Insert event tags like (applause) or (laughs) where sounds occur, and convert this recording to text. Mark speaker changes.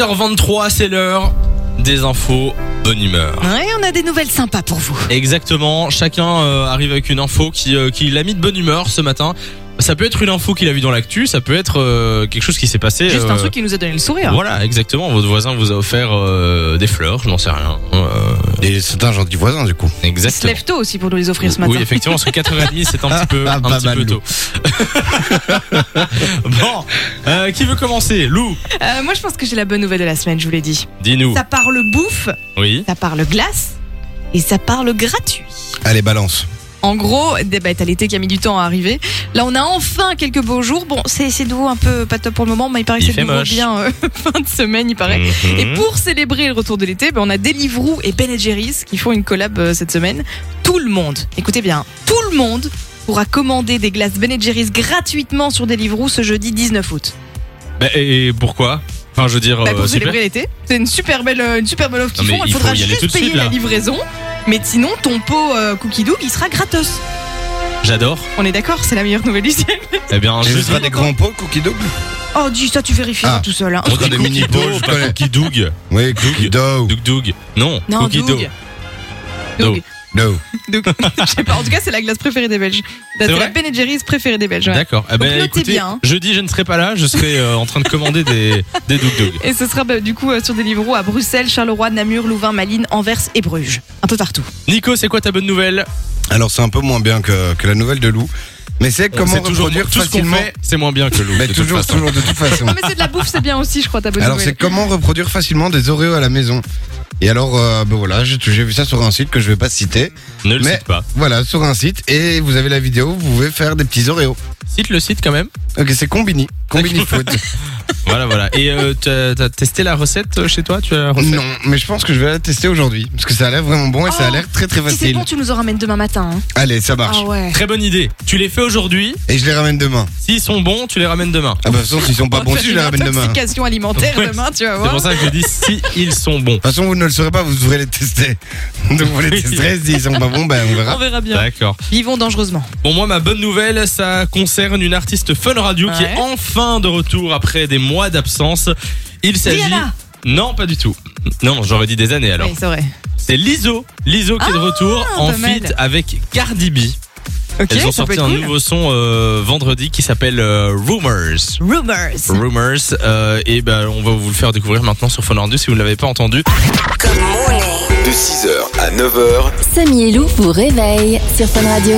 Speaker 1: 7h23, c'est l'heure des infos bonne humeur.
Speaker 2: Ouais, on a des nouvelles sympas pour vous.
Speaker 1: Exactement, chacun euh, arrive avec une info qui, euh, qui l'a mis de bonne humeur ce matin. Ça peut être une info qu'il a vue dans l'actu, ça peut être euh, quelque chose qui s'est passé.
Speaker 2: Juste un
Speaker 1: euh,
Speaker 2: truc qui nous a donné le sourire.
Speaker 1: Voilà, exactement. Votre voisin vous a offert euh, des fleurs, je n'en sais rien. Euh,
Speaker 3: Et c'est un gentil voisin du coup.
Speaker 2: Il se
Speaker 1: exactement.
Speaker 2: lève tôt aussi pour nous les offrir ce matin.
Speaker 1: Oui, effectivement, parce que 4h30, c'est un (laughs) petit peu,
Speaker 3: Ah,
Speaker 1: un
Speaker 3: pas
Speaker 1: petit
Speaker 3: mal,
Speaker 1: peu
Speaker 3: Lou.
Speaker 1: tôt. bon, euh, qui veut commencer Lou,
Speaker 2: Euh, moi, je pense que j'ai la bonne nouvelle de la semaine, je vous l'ai dit.
Speaker 1: dis-nous.
Speaker 2: Ça parle bouffe,
Speaker 1: Oui.
Speaker 2: ça parle glace et ça parle gratuit.
Speaker 3: Allez, balance.
Speaker 2: En gros, des- bah, t'as l'été qui a mis du temps à arriver. Là, on a enfin quelques beaux jours. Bon, c'est c'est de nouveau un peu pas top pour le moment, mais il paraît que
Speaker 1: Il
Speaker 2: c'est de
Speaker 1: fait
Speaker 2: nouveau
Speaker 1: moche.
Speaker 2: bien euh, (laughs) fin de semaine, il paraît.
Speaker 1: Mhm.
Speaker 2: Et pour célébrer le retour de l'été, ben, on a Deliveroo et Ben Jerry's qui font une collab euh, cette semaine. Tout le monde, écoutez bien, tout le monde pourra commander des glaces Ben Jerry's gratuitement sur Deliveroo ce jeudi 19 août.
Speaker 1: Bah, et, et pourquoi Enfin, je veux dire,
Speaker 2: Bah, pour
Speaker 1: euh, super.
Speaker 2: célébrer l'été, c'est une super belle, euh, une super belle offre
Speaker 1: Non,
Speaker 2: qu'ils
Speaker 1: mais
Speaker 2: font. Il
Speaker 1: il faut
Speaker 2: faudra
Speaker 1: y aller
Speaker 2: juste
Speaker 1: tout de
Speaker 2: payer
Speaker 1: suite, là.
Speaker 2: la livraison. Mais sinon, ton pot euh, Cookie Dough, il sera gratos.
Speaker 1: j'adore.
Speaker 2: On est d'accord, c'est la meilleure nouvelle du ciel.
Speaker 1: Eh bien,
Speaker 3: Tu
Speaker 1: je
Speaker 3: feras des grands pots, cookie double
Speaker 2: Oh, dis ça, tu vérifies
Speaker 3: Ah.
Speaker 2: tout seul. hein.
Speaker 3: On fera des mini pots, je connais.
Speaker 1: Cookie Doug.
Speaker 3: Oui, cookie dough.
Speaker 1: Doug Doug. Non,
Speaker 2: Non,
Speaker 1: Cookie
Speaker 2: Doug.
Speaker 1: Dough.
Speaker 2: Doug.
Speaker 3: Dough.
Speaker 2: Doug. (laughs) Je sais pas. En tout cas, c'est la glace préférée des Belges. C'est la
Speaker 1: vrai
Speaker 2: Ben Jerry's préférée des Belges. ouais.
Speaker 1: D'accord. Eh ben,
Speaker 2: notez
Speaker 1: écoutez,
Speaker 2: bien, hein.
Speaker 1: jeudi, je ne serai pas là, je serai euh, en train de commander des, des Doug Doug.
Speaker 2: Et ce sera bah, du coup euh, sur Deliveroo à Bruxelles, Charleroi, Namur, Louvain, Malines, Anvers et Bruges. Un peu partout.
Speaker 1: Nico, c'est quoi ta bonne nouvelle
Speaker 3: Alors, c'est un peu moins bien que, que la nouvelle de Lou. Mais c'est comment
Speaker 1: C'est toujours
Speaker 3: reproduire
Speaker 1: tout ce qu'on
Speaker 3: facilement.
Speaker 1: fait, c'est moins bien que Lou.
Speaker 3: Mais
Speaker 1: de toute
Speaker 3: toujours,
Speaker 1: façon.
Speaker 3: toujours, de toute façon.
Speaker 2: Non mais c'est de la bouffe, c'est bien aussi, je crois, ta bonne
Speaker 3: Alors, c'est
Speaker 2: nouvelle.
Speaker 3: comment reproduire facilement des Oreos à la maison. Et alors, euh, ben voilà, j'ai j'ai vu ça sur un site que je vais pas citer.
Speaker 1: Ne le
Speaker 3: Mais-
Speaker 1: cite pas.
Speaker 3: Voilà, sur un site. Et vous avez la vidéo, vous pouvez faire des petits Oreos.
Speaker 1: Cite le site quand même.
Speaker 3: Ok, c'est Combini. Combini Food.
Speaker 1: Voilà, voilà. Et euh, t'as t'as testé la recette euh, chez toi Tu as refait
Speaker 3: (laughs) Non, mais je pense que je vais la tester aujourd'hui. Parce que ça a l'air vraiment bon et ça a
Speaker 2: Oh,
Speaker 3: l'air très très
Speaker 2: Si c'est
Speaker 3: facile.
Speaker 2: bon, tu nous en ramènes demain matin. hein.
Speaker 3: Allez, ça marche.
Speaker 2: Ah ouais.
Speaker 1: Très bonne idée. Tu les fais aujourd'hui.
Speaker 3: Et je les ramène demain.
Speaker 1: S'ils sont bons, tu les ramènes demain.
Speaker 3: Ah bah de toute façon, s'ils sont pas
Speaker 2: (laughs) On va
Speaker 3: bons,
Speaker 2: faire
Speaker 3: si je
Speaker 2: une
Speaker 3: les ramène demain. De toute
Speaker 2: intoxication alimentaire
Speaker 1: Ouais,
Speaker 2: demain, tu vas
Speaker 1: C'est
Speaker 2: voir.
Speaker 1: pour ça que je dis si ils sont bons.
Speaker 3: façon, vous ne le saurez pas, vous devrez les tester. (laughs) Donc vous les
Speaker 1: Oui.
Speaker 3: testerez, s'ils sont pas bons, ben on
Speaker 2: On
Speaker 3: verra.
Speaker 2: verra bien.
Speaker 1: D'accord.
Speaker 2: Vivons dangereusement.
Speaker 1: Bon, moi, ma bonne nouvelle, ça concerne une artiste fun radio qui
Speaker 2: Ouais.
Speaker 1: est enfin de retour après des mois d'absence. Il s'agit.
Speaker 2: Rihanna.
Speaker 1: Non, pas du tout. Non, j'aurais dit des années alors.
Speaker 2: Oui, c'est vrai.
Speaker 1: C'est Lizzo. Lizzo qui est de retour en
Speaker 2: pas mal.
Speaker 1: feat avec Cardi B.
Speaker 2: Ok,
Speaker 1: Elles ont
Speaker 2: ça
Speaker 1: sorti
Speaker 2: peut être
Speaker 1: un
Speaker 2: cool.
Speaker 1: nouveau son euh, vendredi qui s'appelle euh, Rumors.
Speaker 2: Rumors.
Speaker 1: Rumors. euh, et ben, on va vous le faire découvrir maintenant sur Fun Radio si vous ne l'avez pas entendu.
Speaker 4: De 6h à 9h,
Speaker 5: Samy et Lou vous réveille sur Fun Radio.